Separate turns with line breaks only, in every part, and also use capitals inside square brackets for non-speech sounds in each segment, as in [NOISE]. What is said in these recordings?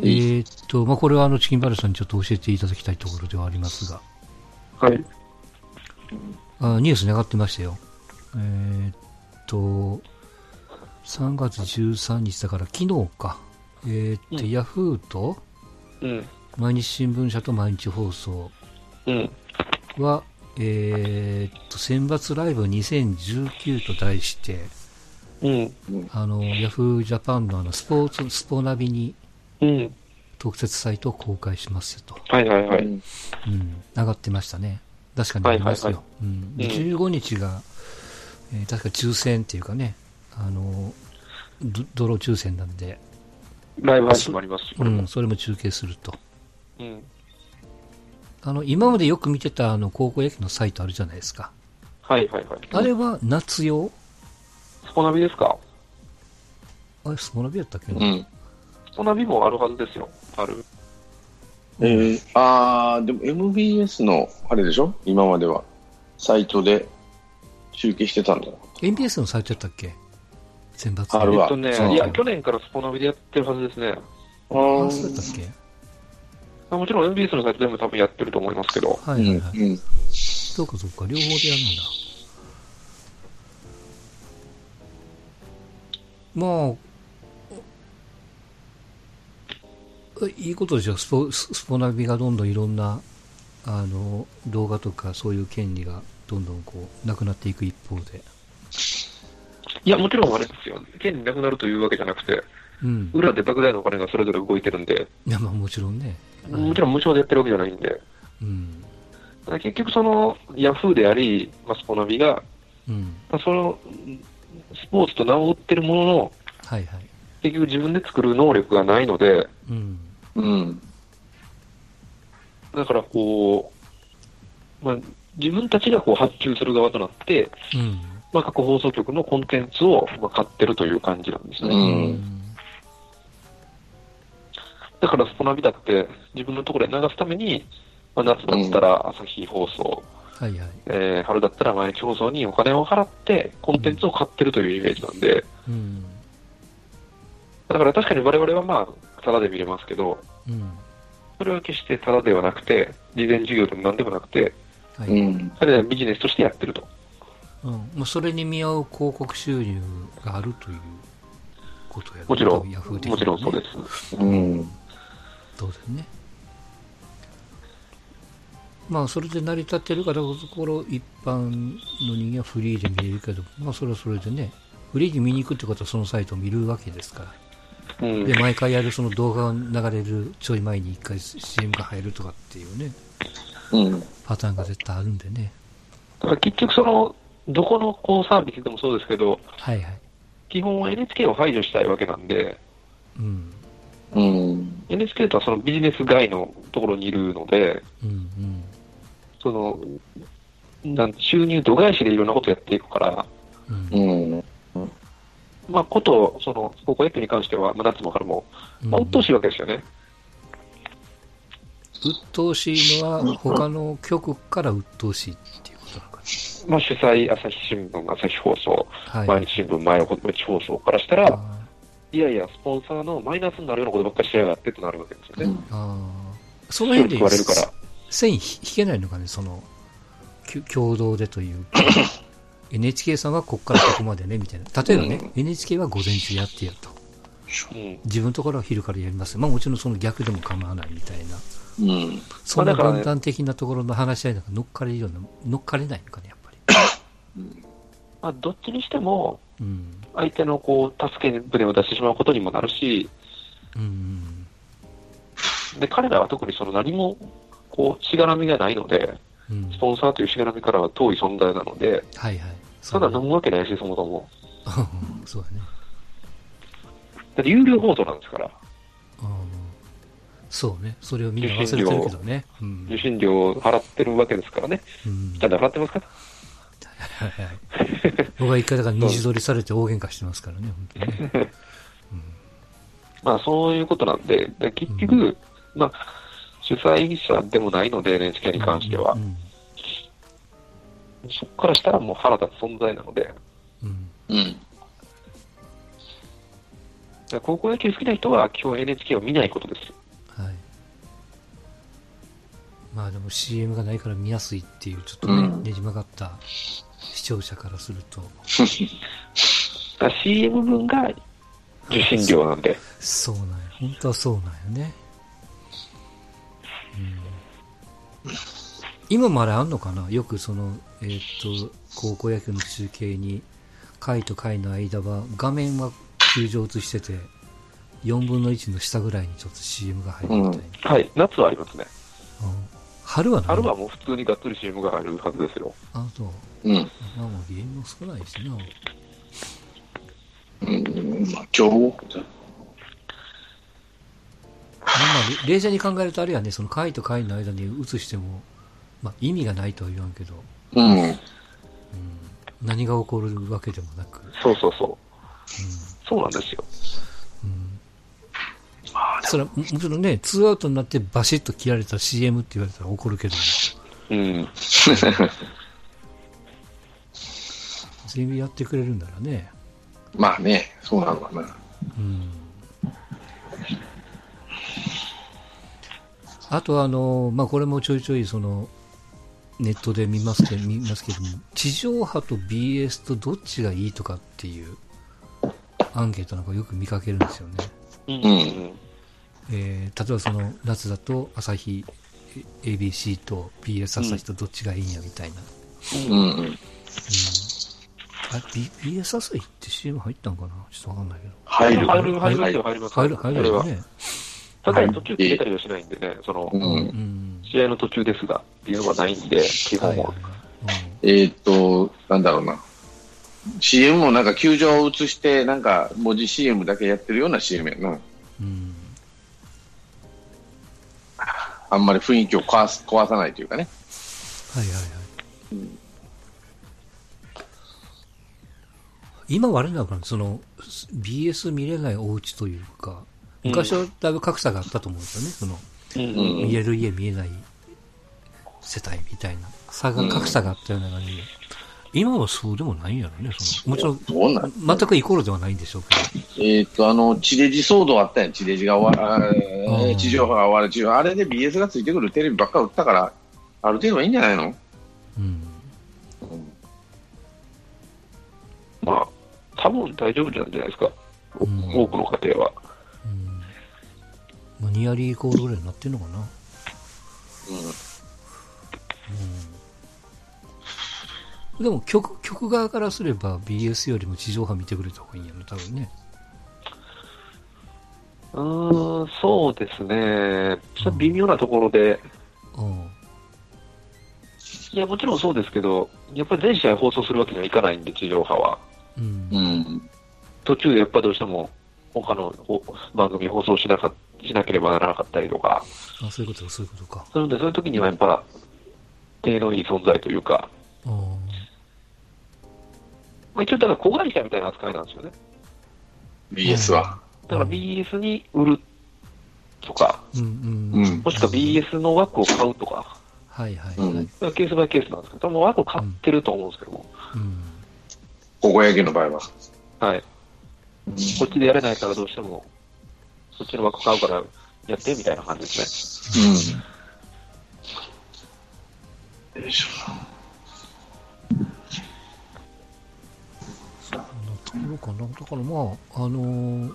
えーっと、まあ、これはあのチキンバルさんにちょっと教えていただきたいところではありますが、
はい。
あニュースに上がってましたよ。えーっと、3月13日だから昨日か。えーっと、
うん
ヤフーと
うん。
毎日新聞社と毎日放送
うん。
は、えーっと、選抜ライブ2019と題して、
うん。
あの、ヤフージャパンのあの、スポーツ、スポナビに
うん。
特設サイトを公開しますよと。
はいはいはい。
うん
うん、上がってましたね。確かにありますよ。
はいは
うん、
うん
で15日が、えー確か抽選っていうかね、あの、ドドロー抽選なんで、
ライブ配信もありますし、こ
う
れも
ん、。それも中継すると。
うん。
あの、今までよく見てたあの、高校野球のサイトあるじゃないですか。
はいはいはい。
あれは夏用
スポナビですか
あれ、スモラビやったっけな、
うん。
スポナビもあるはずですよ。ある。
えー、あー、でも MBS の、あれでしょ今までは。サイトで集計してたんだよ。
?NBS のサイトやったっけ選抜
ある
え
わ
っとね
そう、
いや、去年からスポナビでやってるはずですね。
あ
あそうやったっけ
あもちろん NBS のサイトでも多分やってると思いますけど。
は
う
い
ん
はいはい。
うん。
そうかそうか、両方でやるんだ。まあ、えいいことでしょスポ、ススポナビがどんどんいろんなあの動画とかそういう権利がどんどんこうなくなっていく一方で。
いや、もちろんあれですよ。権利なくなるというわけじゃなくて、
うん。
裏で莫大なお金がそれぞれ動いてるんで、
いや、まあもちろんね。はい
もちろん無償でやってるわけじゃないんで。
うん。
だから結局その、ヤフーであり、まあ、スポナビが、
うん。
まあその、スポーツと名を売ってるものの、
はいはい。
結局自分で作る能力がないので、
うん。
うん。
だからこう、まあ、自分たちがこう発注する側となって、
うん。
まあ、各放送局のコンテンツをまあ買ってるという感じなんですね。
うん
だからスポナビだって自分のところで流すために、まあ、夏だったら朝日放送、
はいはい。
えー春だったら毎日放送にお金を払ってコンテンツを買ってるというイメージなんで、
うん。
だから確かに我々はまあ、タダで見れますけど、
うん。
それは決してタダではなくて、事前授業でも何でもなくて、
はい。
うん。
彼らはビジネスとしてやってると。
うん、もうそれに見合う広告収入があるということやね
もちろん、
ヤフー的にね
もちろんそうです。
うん。
当然ね。まあ、それで成り立ってるから、ころ一般の人間はフリーで見れるけど、まあ、それはそれでね、フリーで見に行くってことはそのサイトを見るわけですから。
うん
で、毎回やるその動画が流れるちょい前に一回 CM が入るとかっていうね、
うん。
パターンが絶対あるんでね。
だから結局その、どこのこうサービスでもそうですけど、
はいはい。
基本は NHK を排除したいわけなんで、
うん。
うん。
NHK とはそのビジネス外のところにいるので、
うんうん。
その、なん収入度外視でいろんなことやっていくから、
うん
う。ん。
まあ、こと、その、高校野球に関しては、まあ、夏も春も、まあ、鬱陶しいわけですよね。
鬱陶しいのは他の局から鬱陶しいっていうことなのか
まあ、主催、朝日新聞、朝日放送、
な。は
毎
い。
日新聞、毎日放送からしたら、
あ
いやいや、スポンサーのマイナスになるようなことばっかりしやがってってなるわけですよね。
ーあー。その
強く
辺
言われ
で
るから。
線引けないのかね、その、きゅ共同でという
[LAUGHS]
か。NHK さんはここからここまでね、みたいな。例えばね、NHK は午前中やってやると。
うん。
自分のところは昼からやります。まあもちろんその逆でも構わないみたいな。
うん。
そんな
だからね
分断的なところの話し合いなんか乗っかれるような、乗っかれないのかね、やっぱり。
まあ、どっちにしても、
うん。
相手のこう、助け船を出してしまうことにもなるし、
うんうん。
で、彼らは特にその何も、こう、しがらみがないので、
うん。
スポンサーというしがらみからは遠い存在なので、
はいはい。
ただ飲むわけないし、そもそも。
うんそうだね。
だって有料放送なんですから、
うんそうね、それをみんな忘れてるけどね。うん
受信料を払ってるわけですからね。
うん
ちゃんと払ってますか
はいはいはい僕は一回だから二次撮りされて大喧嘩してますからね、本当にね。
まあ、そういうことなんで、で結局、
うん
まあ、主催者でもないので、NHK に関しては。
うん
そこからしたらもう腹立つ存在なので、
うん
うん。
から高校野球好きな人は基本 NHK を見ないことです。
はい。まあでも CM がないから見やすいっていう、ちょっと
う
ね、
ん
ねじ曲がった視聴者からすると、
だから CM 分が受信料なんで。
そうなんや。本当はそうなんよね。うん、今もあれあんのかなよくその、えーっと、高校野球の中継に、回と回の間は、画面は球場映してて、4分の1の下ぐらいにちょっと CM が入るみたいな。
はい、夏はありますね。
うん春はない
春はもう普通にがっつり CM があるはずですよ。
あと、
うん。
まあもうゲームも少ないしな。
うん。まあ、競合
まあまあ、冷静に考えるとあれやね、その回と回の間に移しても、まあ意味がないとは言わんけど、
うん。
うん、何が起こるわけでもなく、
そうそうそう。そうなんですよ。
うん。それはももちろんね、ツーアウトになってバシッと切られた CM って言われたら怒るけど、
うん。
全部やってくれるんならね、
まあね、そうなのかな。
うん。あとあの、まあこれもちょいちょいその、ネットで見ますけど、見ますけども、地上波と BS とどっちがいいとかっていうアンケートなんかよく見かけるんですよね。
うん
えー例えばその夏だと朝日え ABC と BS 朝日とどっちがいいんやみたいな、
うんうん。
あ B- BS 朝日って CM 入ったんかなちょっとわかんないけど
入る。
入る、入りますよ、
入
入りますよ。
入る入るよね、
ただ途中切れたりはしないんでね、その、
るうん。
うん、
試合の途中ですがっていうのがないんで、基
はい
本
はい
は。
はいうん
えーっと、なんだろうな。CM もなんか球場を映して、なんか文字 CM だけやってるような CM やな。
うん
あんまり雰囲気を壊す壊さないというかね。
はいはいはい、今はあれなのかなその BS 見れないお家というか
うん
昔はだいぶ格差があったと思うんですよね、その
うん
見える家見えない世帯みたいな差が格差があったような感じで、今はそうでもないんやろねそのもちろん
どうなん
全くイコールではないんでしょうけど
えーっと、あの、地デジ騒動あったやん。地デジが終わる、えー
うん
地上波が終わる地上あれで BS がついてくるテレビばっか売ったから、ある程度はいいんじゃないの
うん
まあ、多分大丈夫なんじゃないですか。
うん
多くの家庭は。
うんまあニアリーイコールぐらいになってんのかなうんでも曲曲側からすれば BS よりも地上波見てくれた方がいいんやね多分ね
うーん、そうですね。ちょっと微妙なところで、
うん
いや、もちろんそうですけど、やっぱり全試合放送するわけにはいかないんで、地上波は。
うん
ん。
途中でやっぱどうしても、他のほ番組放送しなかしなければならなかったりとか、
あそういうことかそういうことか
なので、そういう時にはやっぱ、手のいい存在というか、
うん
まあ、一応、だから子会社みたいな扱いなんですよね。
BS は。
だから
うん
BS に売るとか、
うん
う
うんん
もしくは BS の枠を買うとか、
はいはいはい、う
う
んん
ケースバイケースなんですけど、その枠を買ってると思うんですけども、
高校野球の場合は。
はい。こっちでやれないからどうしても、そっちの枠買うからやってみたいな感じですね。
うん。よいしょ。
そのところかなだからまああのー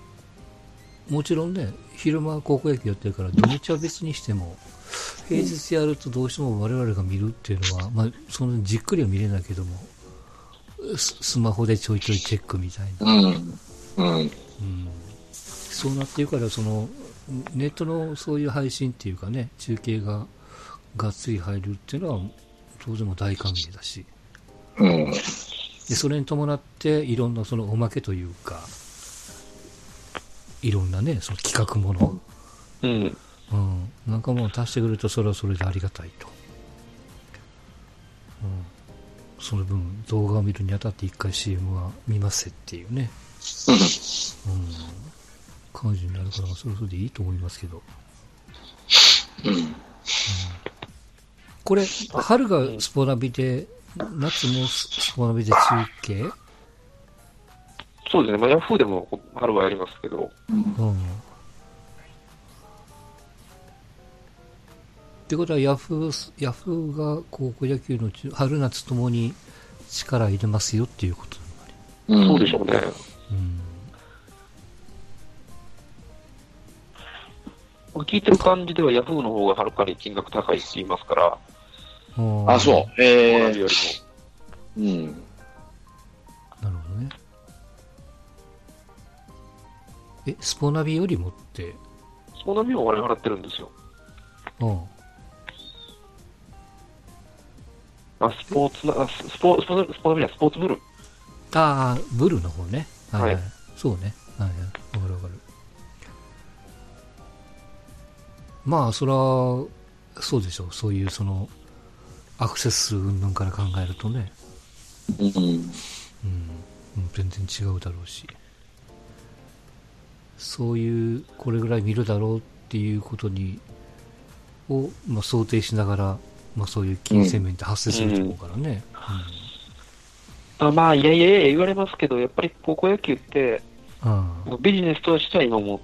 もちろんね昼間高校野球やってるから土日は別にしても平日やるとどうしても我々が見るっていうのは、まあ、そのじっくりは見れないけどもススマホでちょいちょいチェックみたいな
うん。うん。
うんそうなってるからそのネットのそういう配信っていうかね中継ががっつり入るっていうのは当然もう大歓迎だし
うん。
でそれに伴っていろんなそのおまけというかいろんなねその企画もの、
うん。
うん、なんかもう足してくれるとそれはそれでありがたいと、うん、その分動画を見るにあたって一回 CM は見ますっていうねうん、感じになるから、それはそれでいいと思いますけど。
うん。
これ、春がスポナビで、夏もスポナビで中継
そうですね、まあ、ヤフーでも春はやりますけど、
うん。ってことはヤフー、ヤフーが高校野球の中春夏ともに力入れますよっていうことになり
そ
うん
うでしょうね。
うん。
聞いてる感じではヤフーの方がはるかに金額高いって言いますから、
あ
あ、そう。え
同じ
ー
より
うん。
う。なるほどね。え、スポナビよりもって、
も。その波を我々払ってるんですよ。
うん。
あ、スポーツな、あススポスポ、スポの波はスポーツブル。
ああ、ブルーの方ね。はい、はい
はい
そうね。はいはい。わかるわかる。まあ、そら、そうでしょう。そういう、その、アクセス数云々から考えるとね、
うん。
うん、うん全然違うだろうし。そういう、これぐらい見るだろうっていうことに、を、まあ、想定しながら、まあ、そういう金銭面って発生すると思うからね。
あまあ、いやいやいや言われますけど、やっぱり高校野球って、
うん。うん
ビジネスとしては今もう、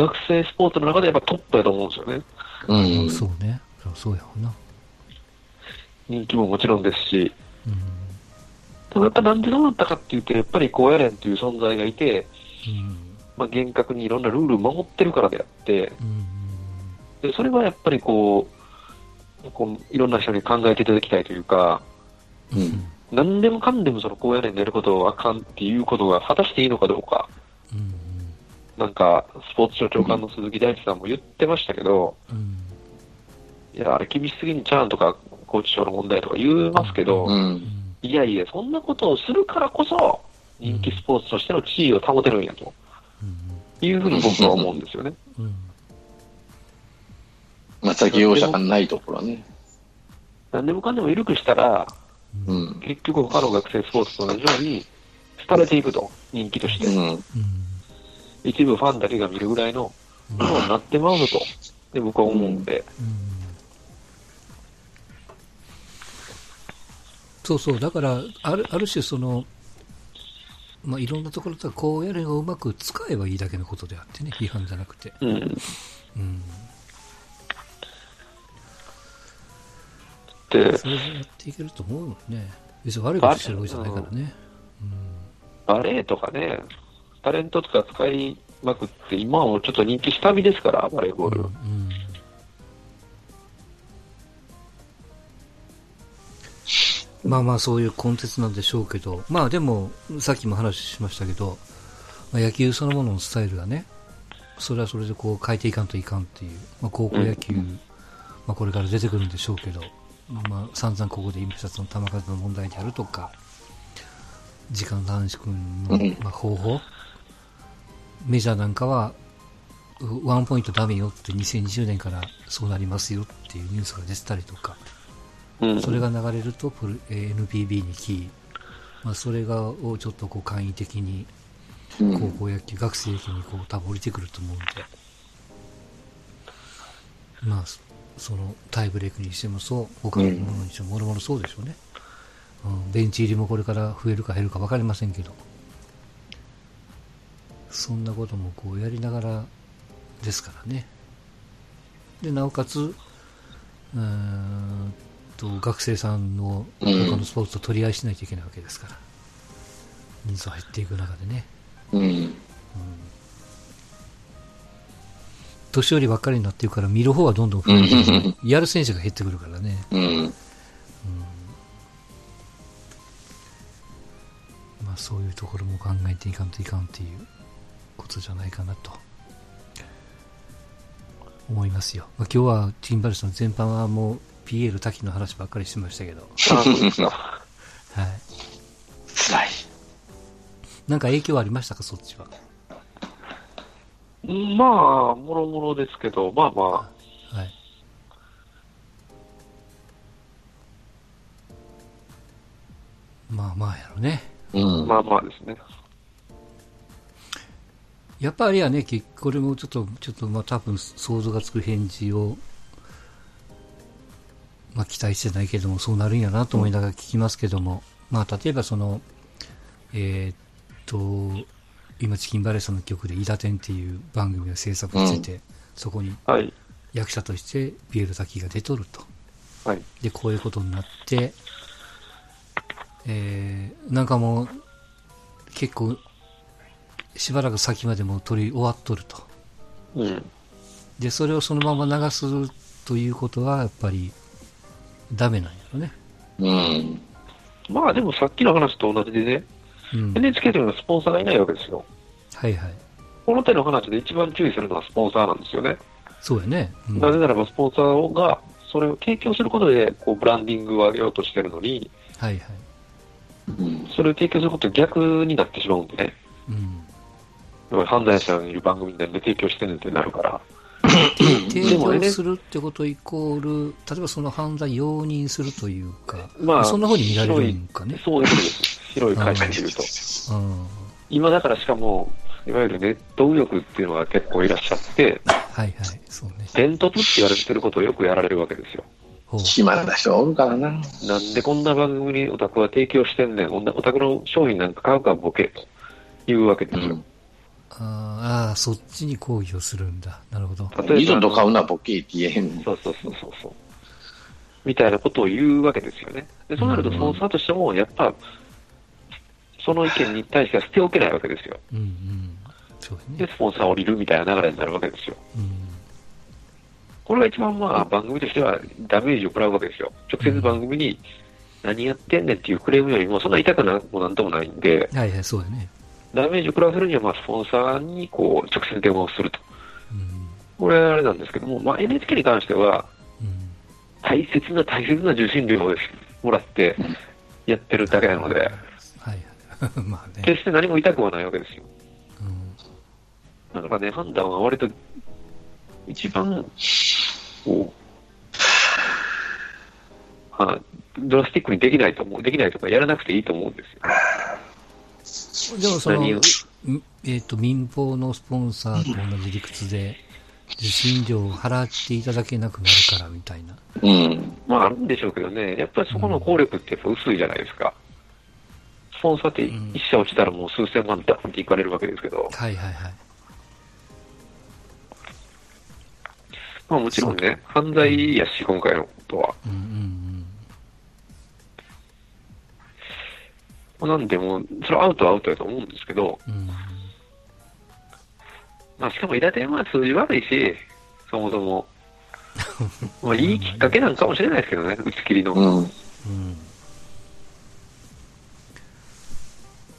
学生スポーツの中でやっぱトップだと思うんですよね。
うん。
そうね。そうやろうな。
人気ももちろんですし。
うん。
でもやっぱなんでどうなったかっていうと、やっぱり高野連という存在がいて、
うん
まあ、厳格にいろんなルールを守ってるからであって、
うん
でそれはやっぱりこう、こういろんな人に考えていただきたいというか、
うんうん
何でもかんでもその高野連でやることはあかんっていうことが果たしていいのかどうか、
うん
なんか、スポーツ庁長官の鈴木大地さんも言ってましたけど、
うん
いや、あれ厳しすぎんちゃうんとか、高知庁の問題とか言いますけど、
うん。
いやいや、そんなことをするからこそ、人気スポーツとしての地位を保てるんやというふうに僕は思うんですよね。
うんうん
まあ、先容赦がないところはね。
何でもかんでも緩くしたら、
う
うんん。
結局他の学生スポーツと同じように、廃れていくと、人気とし
う
て。
ん。
一部ファンだけが見るぐらいのものになってまうのと、で僕は思うんで。
そうそう、だから、あるある種その、まあ、いろんなところとは高野連をうまく使えばいいだけのことであってね、批判じゃなくて。
うん。
うん。
で、
それでやっていけると思うもんね。別に悪いことしてるわけじゃないからね。
バレエとかね、タレントとか使いまくって、今はもうちょっと人気下火ですから、バレーボー
う
ル。
ん。うん。まあまあそういうコンテンツなんでしょうけど、まあでも、さっきも話しましたけど、まあ、野球そのもののスタイルがね、それはそれでこう変えていかんといかんっていう、まあ高校野球、まあこれから出てくるんでしょうけど、まあ散々ここでインプシャツの球数の問題であるとか、時間短縮の
うん
まあ方法、メジャーなんかは、うワンポイントダメよって2020年からそうなりますよっていうニュースが出てたりとか、
うん。
それが流れるとプルえー NPB に来、まあ、それがをちょっとこう簡易的に
う
高
ん。
校野球、学生野球にこう多分降りてくると思うんで、まあ、そそのタイブレイクにしてもそう、他のものにしてももろもろそうでしょうね、うんベンチ入りもこれから増えるか減るか分かりませんけど、そんなこともこうやりながらですからね。で、なおかつ、うーんと、学生さんの
うん
他のスポーツと取り合いしないといけないわけですから、人数入っていく中でね。
うん。
年寄りばっかりになってるから見る方はどんどん増えるけどやる選手が減ってくるからね、
うん。
まあ、そういうところも考えていかんといかんっていうことじゃないかなと思いますよ、まあ、今日はティンバルスの全般はもう PL 滝の話ばっかりしてましたけど、
あそうですか。
はい、
辛い。
なんか影響ありましたかそっちは、
うん [LAUGHS] まあ、もろもろですけど、まあまあ、
はい、まあまあやろね
うん。
まあまあですね。
やっぱりはね、結これもちょっと、ちょっと、まあ多分想像がつく返事を、まあ期待してないけども、そうなるんやなと思いながら聞きますけども、まあ例えばその、えーと、今、チキンバレーさんの曲で、イダテンっていう番組を制作してて、そこに
はい。
役者としてピエール滝が出とると。
はい。
で、こういうことになって、えー、なんかもう、結構、しばらく先までもう撮り終わっとると。
うん。
で、それをそのまま流すということは、やっぱり、ダメなんやろね。
うん。
まあでもさっきの話と同じでね、
うん。
NHK というのはスポンサーがいないわけですよ。
はいはい。
この手の話で一番注意するのはスポンサーなんですよね。
そうやね。うん
なぜならばスポンサーがそれを提供することでこうブランディングを上げようとしてるのに、
はいはい。
うん。
それを提供することと逆になってしまうんでね。
うん。
要は犯罪者のいる番組で提供してるってなるから。
提
でも
供
ね
するってことイコール、例えばその犯罪容認するというか、
まあ、
そんな風に見られ
広
る
い
んかね。
そうです。広い会社にいると。
うん。
今だからしかも、いわゆるネット右翼っていうのが結構いらっしゃって、
はいはい。そうね。
伝突って言われてることをよくやられるわけですよ。
ほう。
暇な人がおるからな。
なんでこんな番組にオタクは提供してんねん。オタクの商品なんか買うかボケというわけですよ。
あーあー、そっちに抗議をするんだ。なるほど。
例えば
二度と買うな、ボケって言えへんねん。
そうそうそうそうそう。みたいなことを言うわけですよね。で、そうなると、
うん
スポンサーとしても、やっぱ、その意見に対しては捨ておけないわけですよ。
うんうん。そうや
で、
ね。
スポンサー降りるみたいな流れになるわけですよ。
うん。
これが一番まあ、番組としてはダメージを食らうわけですよ。直接番組に、何やってんねんっていうクレームよりも、そんな痛くなもなんともないんで、
はいはい、そうやね。
ダメージを食らわせるには、まあ、スポンサーにこう、直接電話をすると。
うん。
これはあれなんですけども、まあ、NHK に関しては、
うん。
大切な大切な受信料をもらってやってるだけなので、
はいはい。 [LAUGHS] まあね。
決して何も痛くはないわけですよ。
うん。
だからね、判断は割と一番、こう、はドラスティックにできないと思う、できないとかやらなくていいと思うんですよ。
でもその、
何
み
を
えっ、と、民放のスポンサーと同じ理屈で、受信料を払っていただけなくなるからみたいな。
うん。
まああるんでしょうけどね、やっぱりそこの効力ってやっぱ薄いじゃないですか。スポンサーって
うん
一社落ちたらもう数千万ダンっていかれるわけですけど、
はいはいはい。
まあもちろんね、犯罪やし、今回のことは。
うんうん
なんでもう、それはアウトはアウトだと思うんですけど、
うん。うん。
まあ、しかも、イダテンは数字悪いし、そもそも。まあ、いいきっかけなんかもしれないですけどね、打ち切りの。
うん。
うん。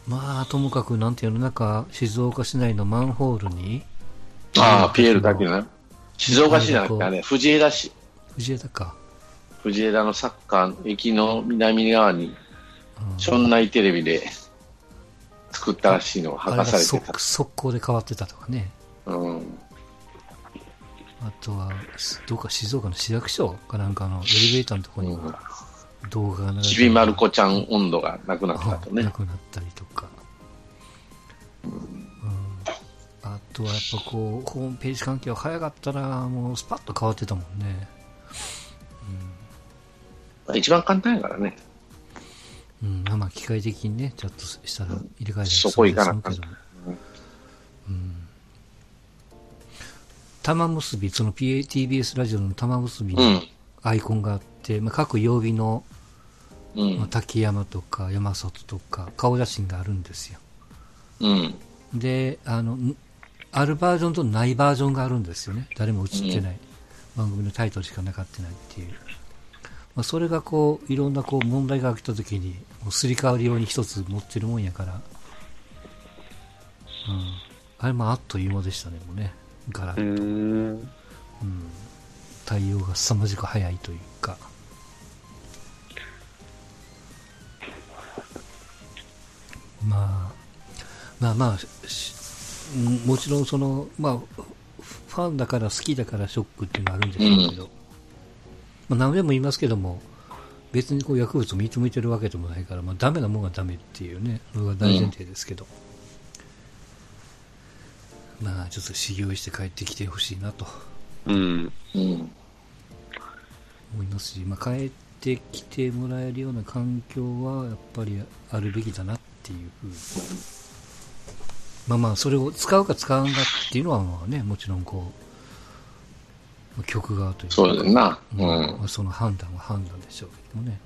まあ、ともかく、なんていうの、なんか、静岡市内のマンホールに、
ああ、ピエールだけな。静岡市じゃなくて、あれ、藤枝市。
藤枝か。
藤枝のサッカーの駅の南側に、
うん
庄内テレビで作ったらしいのを
あ
吐
れ
か
が
され
速
てた。
速攻で変わってたとかね。
うん。
あとは、しどうか静岡の市役所かなんかのエレベーターのところにも動画が流れて
ちびまる子ちゃん温度がなくなったと
な
ね。
くなったりとか、うん、あとはやっぱこうホームページ環境早かったらもうスパッと変わってたもんね
一番簡単やからね。
うん、まあまあ機械的にねちょっとしたら入れ替えたり
そこ行かなあかん
そうですけどもうん玉結びその PATBS ラジオの玉結び
う
の
ん。
アイコンがあって、まあ、各曜日の
う
まあ
ん。
滝山とか山里とか顔写真があるんですよ
うん。
であのんあるバージョンとないバージョンがあるんですよね誰も映ってない、番組のタイトルしかなかってないっていう、まあ、それがこういろんなこう問題が起きた時にもうすり替わり用に一つ持ってるもんやから、うん、あれもあっという間でしたねもうねガラ
うーん。
対応が凄まじく早いというかまあまあまあしもちろんそのまあフファンだから好きだからショックっていうのはあるんでしょうけど、まあ、何でも言いますけども別にこう薬物を認めてるわけでもないから、まあ、ダメなもんがダメっていうねそれが大前提ですけど、まあちょっと修行して帰ってきてほしいなと。
うん。
うん。
思いますし、まあ、帰ってきてもらえるような環境はやっぱりあるべきだなっていうふうにまあまあ、それを使うか使わんかっていうのはまあね、もちろんこう、まあ曲側というか
そうだよな。う
まあ
ん。
その判断は判断でしょうけどもね。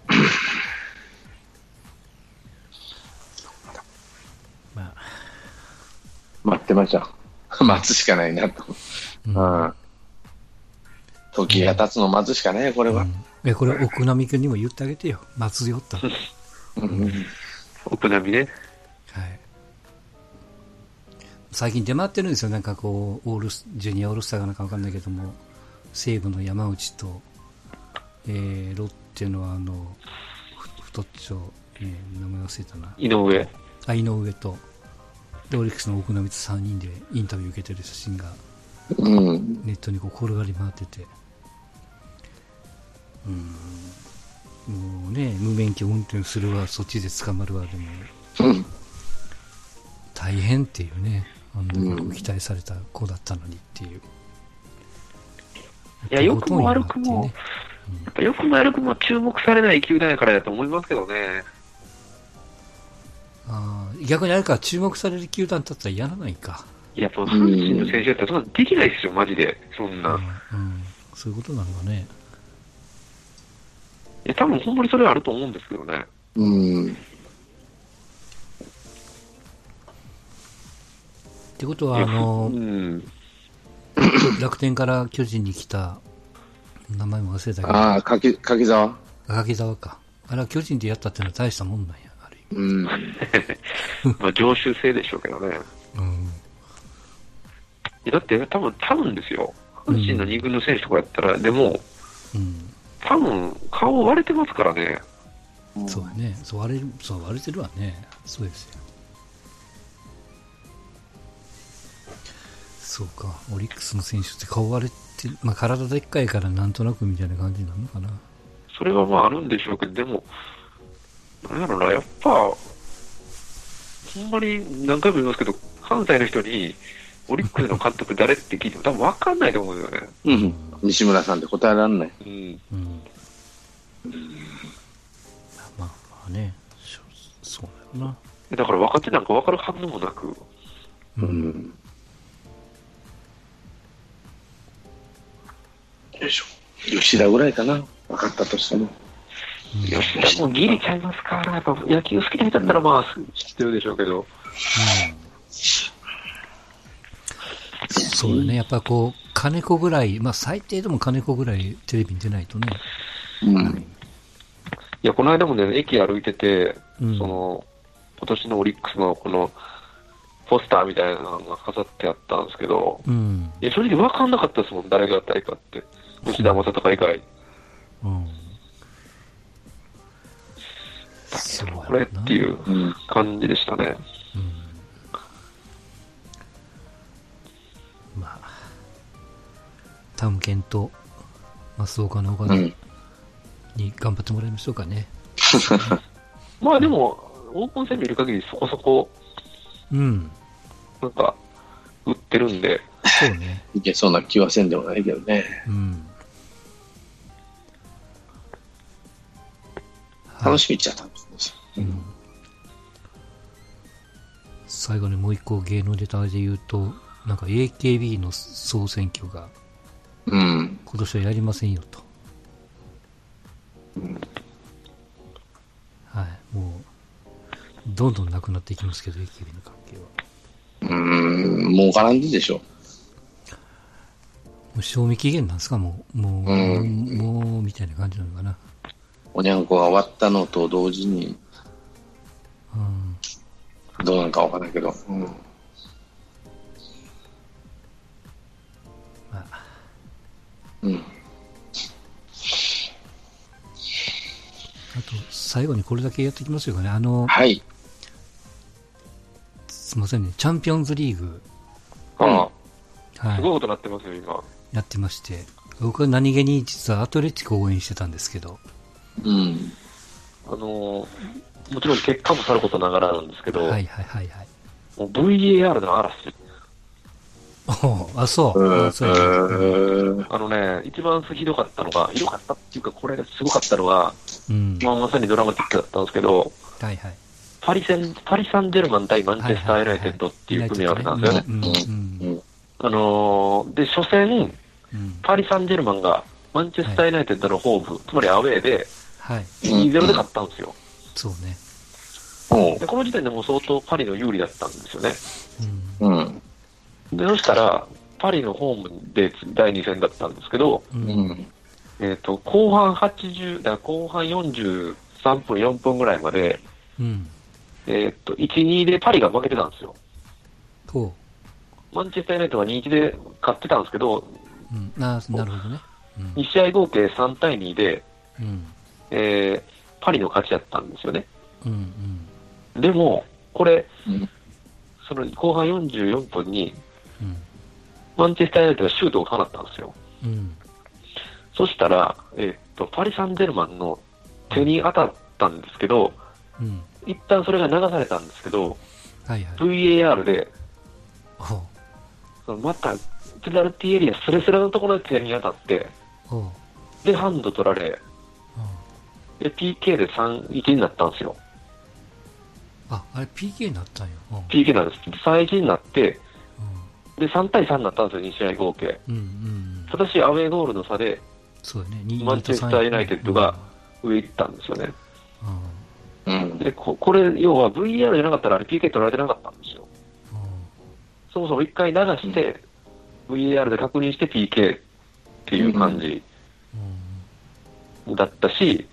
ま
待ってました。 [LAUGHS] 待つしかないなと。
う
うん。時が経つの待つしかない、これは。
えこれ、奥並君にも言ってあげてよ。待つよった。はい。
うん
奥並ね。
最近出回ってるんですよ。なんかこう、オールス、ジュニアオールスターがなんかわかんないけども、西武の山内と、えー、ロッテのあの、ふ太っちょ、えー名前忘れたな。
井上。
あ井上と、で、オリックスの奥並と3人でインタビュー受けてる写真が、
うん。
ネットにこう転がり回ってて、うーん、もうね、無免許運転するわ、そっちで捕まるわ、でも、
うん。
大変っていうね、あんなにこう期待された子だったのにっていう。
いや、良くも悪くも、
ね
やっぱ良くも悪くも注目されない球団やからだと思いますけどね。
あー逆にあれか、注目される球団だったらやらないか。
いや、もう阪神の選手だったらそんなのできないですよ、マジで。そんな。
うんうんそういうことなのかね。
いや、多分ほんまにそれはあると思うんですけどね。
うん。
ってことは、あの
う、ん。
楽天から巨人に来た、名前も忘れたけど、
ああ、かき、かきざわ
赤木沢か。あれは巨人でやったってのは大したもんなんや、ある意味。
うん。
まあ、常習性でしょうけどね。
うん。
いやだって、多分、多分ですよ。阪神の二軍の選手とかやったら、でも、
うん。
多分、顔割れてますからね。
そうやね。そう割れる、そう割れてるわね。そうですよ。そうか。オリックスの選手って顔割れてる、まあ体でっかいからなんとなくみたいな感じになるのかな。
それはまああるんでしょうけど、でも、なんやろな、やっぱ、ほんまに何回も言いますけど、関西の人に、オリックスの監督誰って聞いても多分分かんないと思うんですよね。
うん。西村さんって答えらんない。
うん。
うん。まあまあね。しょそうだよな。
だから若手なんか分かるはずもなく、
う。
うんん。よいしょ。吉田ぐらいかな。分かったとしても。
吉田もギリちゃいますから、やっぱ野球好きな人だったらまあ知ってるでしょうけど、
そうだね。やっぱこう、金子ぐらい、まあ最低でも金子ぐらいテレビに出ないとね。
うん。
いや、この間もね、駅歩いてて、
うん
その、今年のオリックスのこの、ポスターみたいなのが飾ってあったんですけど、
うん。
いや、正直分かんなかったですもん、誰が誰かって。吉田正尚以外。
うん。そうやろな
これっていう
うん。
感じでしたね。
まあ、タムケンと増岡の岡
う
田
ん。
に頑張ってもらいましょうかね。
まあでも、オープン戦見る限りそこそこ、
うん。
なんか、売ってるんで、
そうね。
いけそうな気はせんでもないけどね。
うん。はい
楽しみっちゃ楽しみです。
最後にもう一個芸能ネタで言うと、なんか AKB の総選挙が
うん。
今年はやりませんよと。はい、もう、どんどんなくなっていきますけど、AKB の関係は。
うん。儲からんでしょ。
もう賞味期限なんですかもう、もう、
うん
もう、もうみたいな感じなのかな。
おにゃんこが終わったのと同時に、
うん。
どうなんかわからないけど。うん。
まあ、
うん。
あと、最後にこれだけやっていきますよね。あの、
はい。
すいませんね、チャンピオンズリーグ、
ああ、
は
す
い
ごい、ことになってますよ、今。
やってまして、僕は何気に実はアトレティコを応援してたんですけど、
うん。
あのーもちろん結果もさることながらなんですけど、
はいはいはいはい。
もう VAR の嵐。
おうあ、そう。
うん
あそうやね
あのね、一番ひどかったのが、ひどかったっていうか、これがすごかったのが、
うん。
まあ、まさにドラマティックだったんですけど、
はいはい。
パリセン、パリ・サンジェルマン対マンチェスター・ユナイテッドっていう組み合わせなんですよね。
うんうん
あのーで、初戦、
うん
パリ・サンジェルマンがマンチェスター・ユナイテッドのホーム、つまりアウェーで
はい、
2-0で勝ったんですよ。
そうね。
おう
で、この時点でもう相当パリの有利だったんですよね。
うん
うん。
で、そしたら、パリのホームで第2戦だったんですけど、
う
うんん。
えっ、と、後半80、だから後半43分、4分ぐらいまで、
うん。
えっ、と、1、2でパリが負けてたんですよ。
こ
マンチェスター・ユナイテッドが2、1で勝ってたんですけど、
う。うん、あーなるほどね。
2試合合計3対2で、
うん。うん。
えーパリの勝ちだったんですよね。
うん。うん。
でも、これ、
うん
その後半44分に、
うん。
マンチェスター・ユナイテッドがシュートを放ったんですよ。
うん。
そしたら、えーっと、パリ・サンジェルマンの手に当たったんですけど、
うん。
一旦それが流されたんですけど、
はいはい。
VAR で、
ほ
そのまた、ペナルティーエリアスレスレのところで手に当たって、
う。ほう。
で、ハンド取られ、
うん
で、PK で3、1になったんですよ。
あ、あれ PK になったんや。うん
PK なんです。3、1になって、
う
で、3対3になったんですよ、2試合合計。
ん。うん。うん。
ただし、アウェーゴールの差で
そうよね。2
マンチェスターユナイテッドが。上行ったんですよね。
うん。うん。
うん。
で、ここれ、要は VAR じゃなかったら、あれ PK 取られてなかったんですよ。そもそも一回流して、VAR で確認して PK っていう感じ
うん
だったし、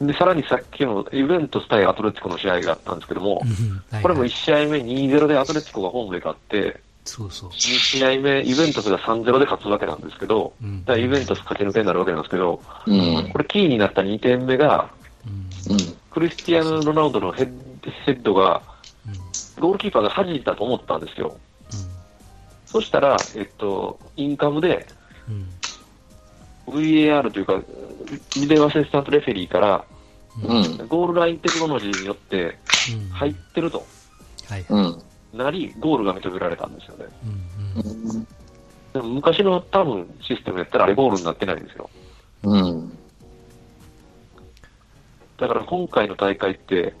で、さらにさっきのイベントス対アトレティコの試合があったんですけども、
うん。はいはい
これも1試合目2-0でアトレティコがホームで勝って、
そうそう。
2試合目イベントスが3-0で勝つわけなんですけど、
うん。
だからイベントス勝ち抜けになるわけなんですけど、
うん
こ。れキーになった2点目が、
うん。
うん。
クリスティアーノ・ロナウドのヘッヘッドが、
うん。
ゴールキーパーが弾いたと思ったんですよ。
う
そしたら、えっと、インカムで、
ん。うん。
VAR というか、ビデオアシスタントレフェリーから、
う
うん。
ん。
ゴールラインテクノロジーによって入ってると
はい。
うん。
なり、ゴールが認められたんですよね。
うん。うん。
でも昔の多分システムやったらあれゴールになってないんですよ。
うん。
だから今回の大会って、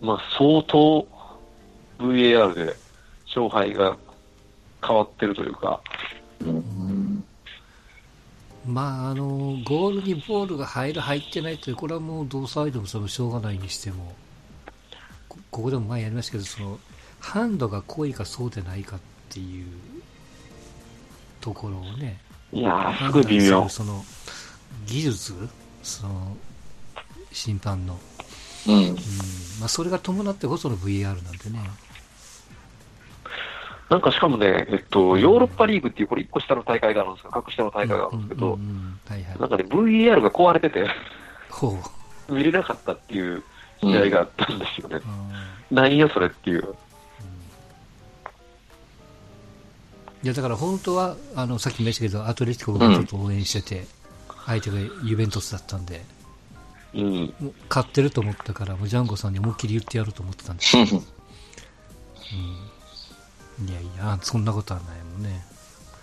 まあ相当 VAR で勝敗が変わってるというか、
うん。
まあ、あの、ゴールにボールが入る、入ってないという、これはもうどうサイドもそれもしょうがないにしても、こここでも前やりましたけど、その、ハンドが濃いかそうでないかっていうところをね、
いやー、すごい微
判
妙
断。するその、技術その、審判の。
うん
うん。まあ、それが伴ってこその VR なんでね。
なんかしかもね、えっと、ヨーロッパリーグっていう、これ1個下の大会があるんですが、格下の大会があるんですけど
うん、うんうんはいはい
なん。かね、VAR が壊れて [LAUGHS] て、
ほう。
見れなかったっていう試合があったんですよね。
うん
なんやそれっていう。
いやだから本当はあのさっきも言いましたけどアトレティコがちょっと応援してて、相手がユベントスだったんで
うん。
もう勝ってると思ったからもうジャンゴさんに思いっきり言ってやろうと思ってたんです、うん、いやいやそんなことはないもんね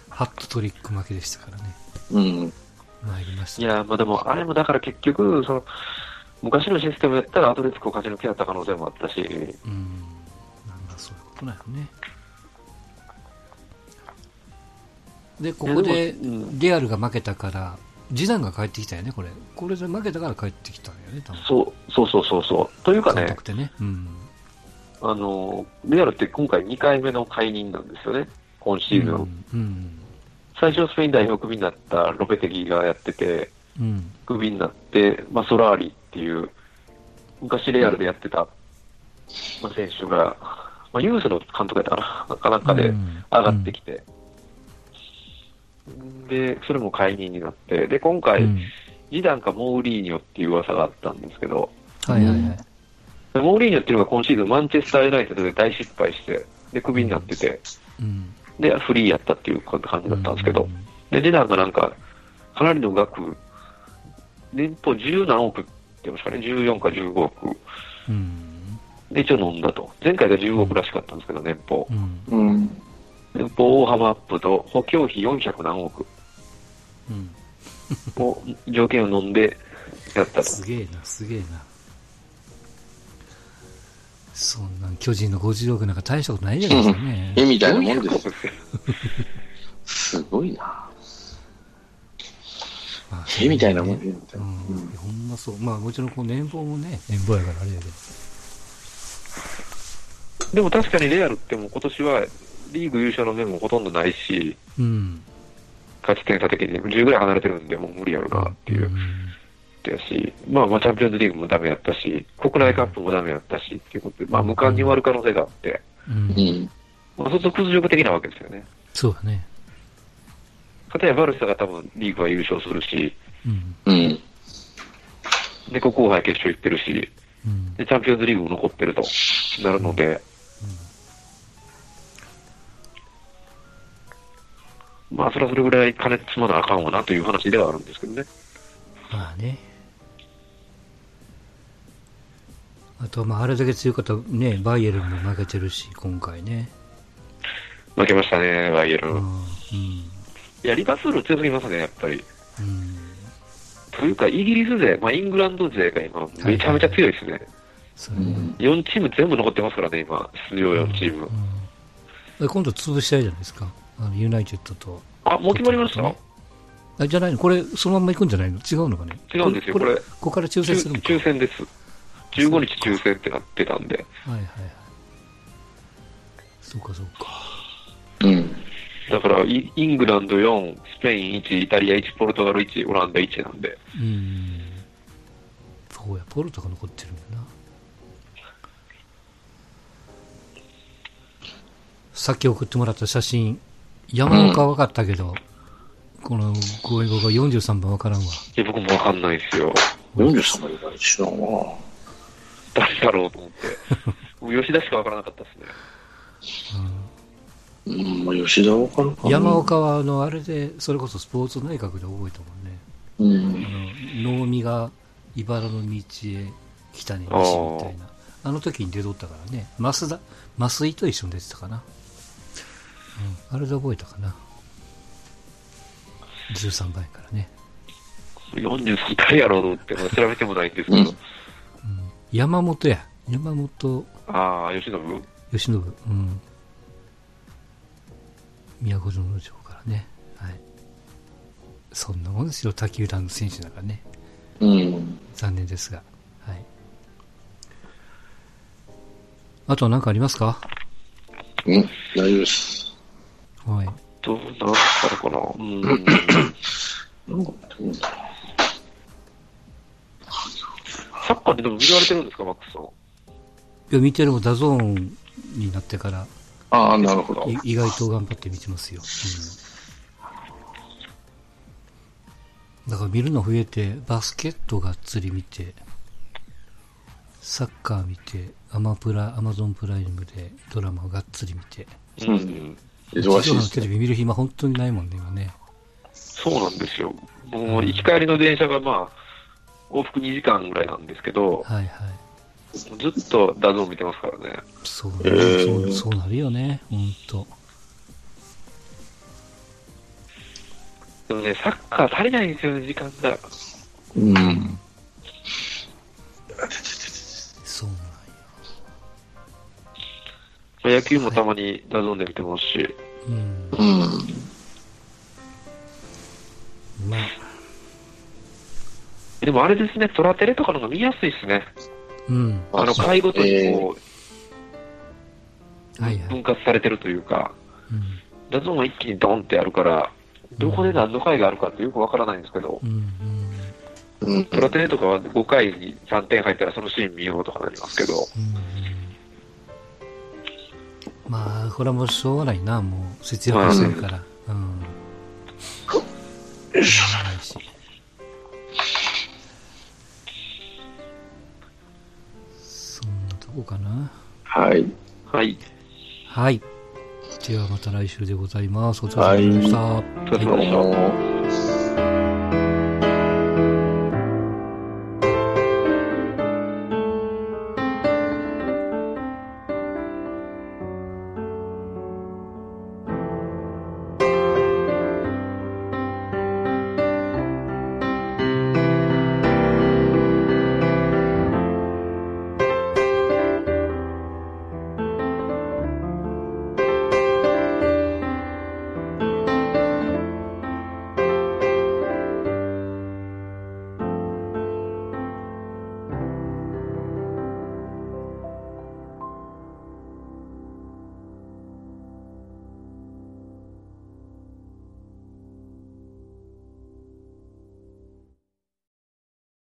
ハットトリック負けでしたからね
うん。
参りまし
い
た
やー、まあでも、あれもだから結局、その、昔のシステムやったらアトレティコ勝ち抜けだった可能性もあったし、
うんなんだそういうことなよねでここ
いや
で
でもうん
レアルが負けたから次男が帰ってきたよねこれこれで負けたから帰ってきたんよね多分
そう、そうそうそうそう。というか
監
ね
督っ、てねうん
あの、レアルって今回2回目の解任なんですよね。今シーズン。
うんうん
最初スペイン代表クビになったロペテギがやってて、
うん
クビになって、まあ、ソラーリっていう、昔レアルでやってた、まあ、選手が、まあ、ユースの監督やったかな、なかなかで
うん
上がってきて、で、それも解任になって、で、今
う
回、
ん
ジダンかモーリーニョっていう噂があったんですけど、
はいはいはい
でモーリーニョっていうのが今シーズンマンチェスター・ユナイテッドで大失敗して、で、クビになってて、
うん
で、フリーやったっていう感じだったんですけど、で、ジダンがなんか、かなりの額、年俸十何億って言いましたかね、14か15億。
うん
で、一応飲んだと。前回が15億らしかったんですけど、年俸
う。ん
うん。
年俸大幅アップと補強費400何億
うん
を条件を飲んでやったと。
すげえなすげえなそんなん巨人の50億なんか大したことないじゃないですかね。
絵みたいなもん
400
ですよ。
億
すごいな。
まあ
絵みたいなもん。
うん、
ですよ
ほんまそう。まあもちろんこう年俸もね、年俸やからあれやけど。
[LAUGHS] でも確かにレアルってもう今年はリーグ優勝の面もほとんどないし、
うん。
勝ち点差的に10ぐらい離れてるんで、もう無理やろなっていう。やし、まあ、まあチャンピオンズリーグもダメやったし、国内カップもダメやったしっていうことで、まあ、無冠に終わる可能性があって、
うん。
う
うん、
ん。
まあ、そうすると屈辱的なわけですよね。
そうだね。
かたやバルサが多分リーグは優勝するし、
うん。
うん。
で、国後杯決勝行ってるし、
うん。
で、チャンピオンズリーグも残ってるとなるので、まあ、それはそれぐらい金積まなあかんわなという話ではあるんですけどね。
まあね。あとはまああれだけ強かったね、バイエルンも負けてるし、今回ね。
負けましたね、バイエル
うん。
ン。
うん。
いや、リバプール強すぎますね、やっぱり。
うん。
というか、イギリス勢、まあ、イングランド勢が今、めちゃめちゃ強いですね。
そうだね。
4チーム全部残ってますからね、今、出場4チーム。
うん、今度潰したいじゃないですか、あのユナイテッドと。
あ、もう決まりました
あじゃないの、これ、そのまんま行くんじゃないの違うのかね
違うんですよこれ
ここから抽
抽
選するのか。
抽選です。15日抽選ってなってたんで、
はいはいはい。そうかそうか。
うん。
だからイイングランド4、スペイン1、イタリア1、ポルトガル1、オランダ1なんで、
うん。そうや、ポルトが残ってるもんな。さっき送ってもらった写真、山岡は分かったけど、この5英語が43番分からんわ。
いや僕もわかんないですよ、
43までが一番は。
誰だろ
[LAUGHS]
うと思って、もう吉田しかわからなかったですね。
うん、まあ、吉田わかるかな。
山。岡はあのあれでそれこそスポーツ内閣で覚えたもんね
う
あ
ん。
の能見が茨の道へ来たね西みたいなあの時に出とったからね増田増井と一緒に出てたかな、うん、あれで覚えたかな13番やからね、
43誰やろうと思って、まだ調べてもないんですけど、
うん、山本や山本
ああ、吉野部
由伸うん宮古島城からねはいそんなもんですよ滝浦の選手だからね
うん。
残念ですが、はい、あとは何かありますか、
うん。大丈夫です。
はい、
どうなったのかな、うん、
なんかあったんだ
サッカーででも見られてるんですか、マックスさん。
いや見てるもダゾーンになってから
ああ、なるほど。
い意外と頑張って見てますよ、うん、だから見るの増えてバスケットがっつり見てサッカー見てアマプラアマゾンプライムでドラマをがっつり見て
うん忙し
地上
いで
波の
す
テ
ね。
レビ見る暇本当にないもんね今ね
そうなんですよ。もう行き帰りの電車がまあ、往復2時間ぐらいなんですけど、
はいはい
ずっとダゾーン見てますからね。
そうね、
えー
そうそうなるよね、ほんと。
でもね、サッカー足りないんですよね、時間が。
うん。
そうなんよ。
野球もたまにダゾーンで見てますし、
うん。
うん。
まあ、
でもあれですね、トラテレとかの方が見やすいですね。
うん。
あの、介護とにこ、
はいうはい。
分割されてるというか、
うん。
ダゾーンは一気にドンってやるから、どこで何の回があるかってよくわからないんですけど
う、ん。うん。
うん。うん
トラテレとかは5回に3点入ったらそのシーン見ようとかなりますけど、
うんまあ、これはもうしょうがないな、もう、節約してるから。うん。しょうがないし。そんなとこかな。
はい。
はい。
はい。ではまた来週でございます。お疲れ様でした。
お疲れ様
どう
でした。
も。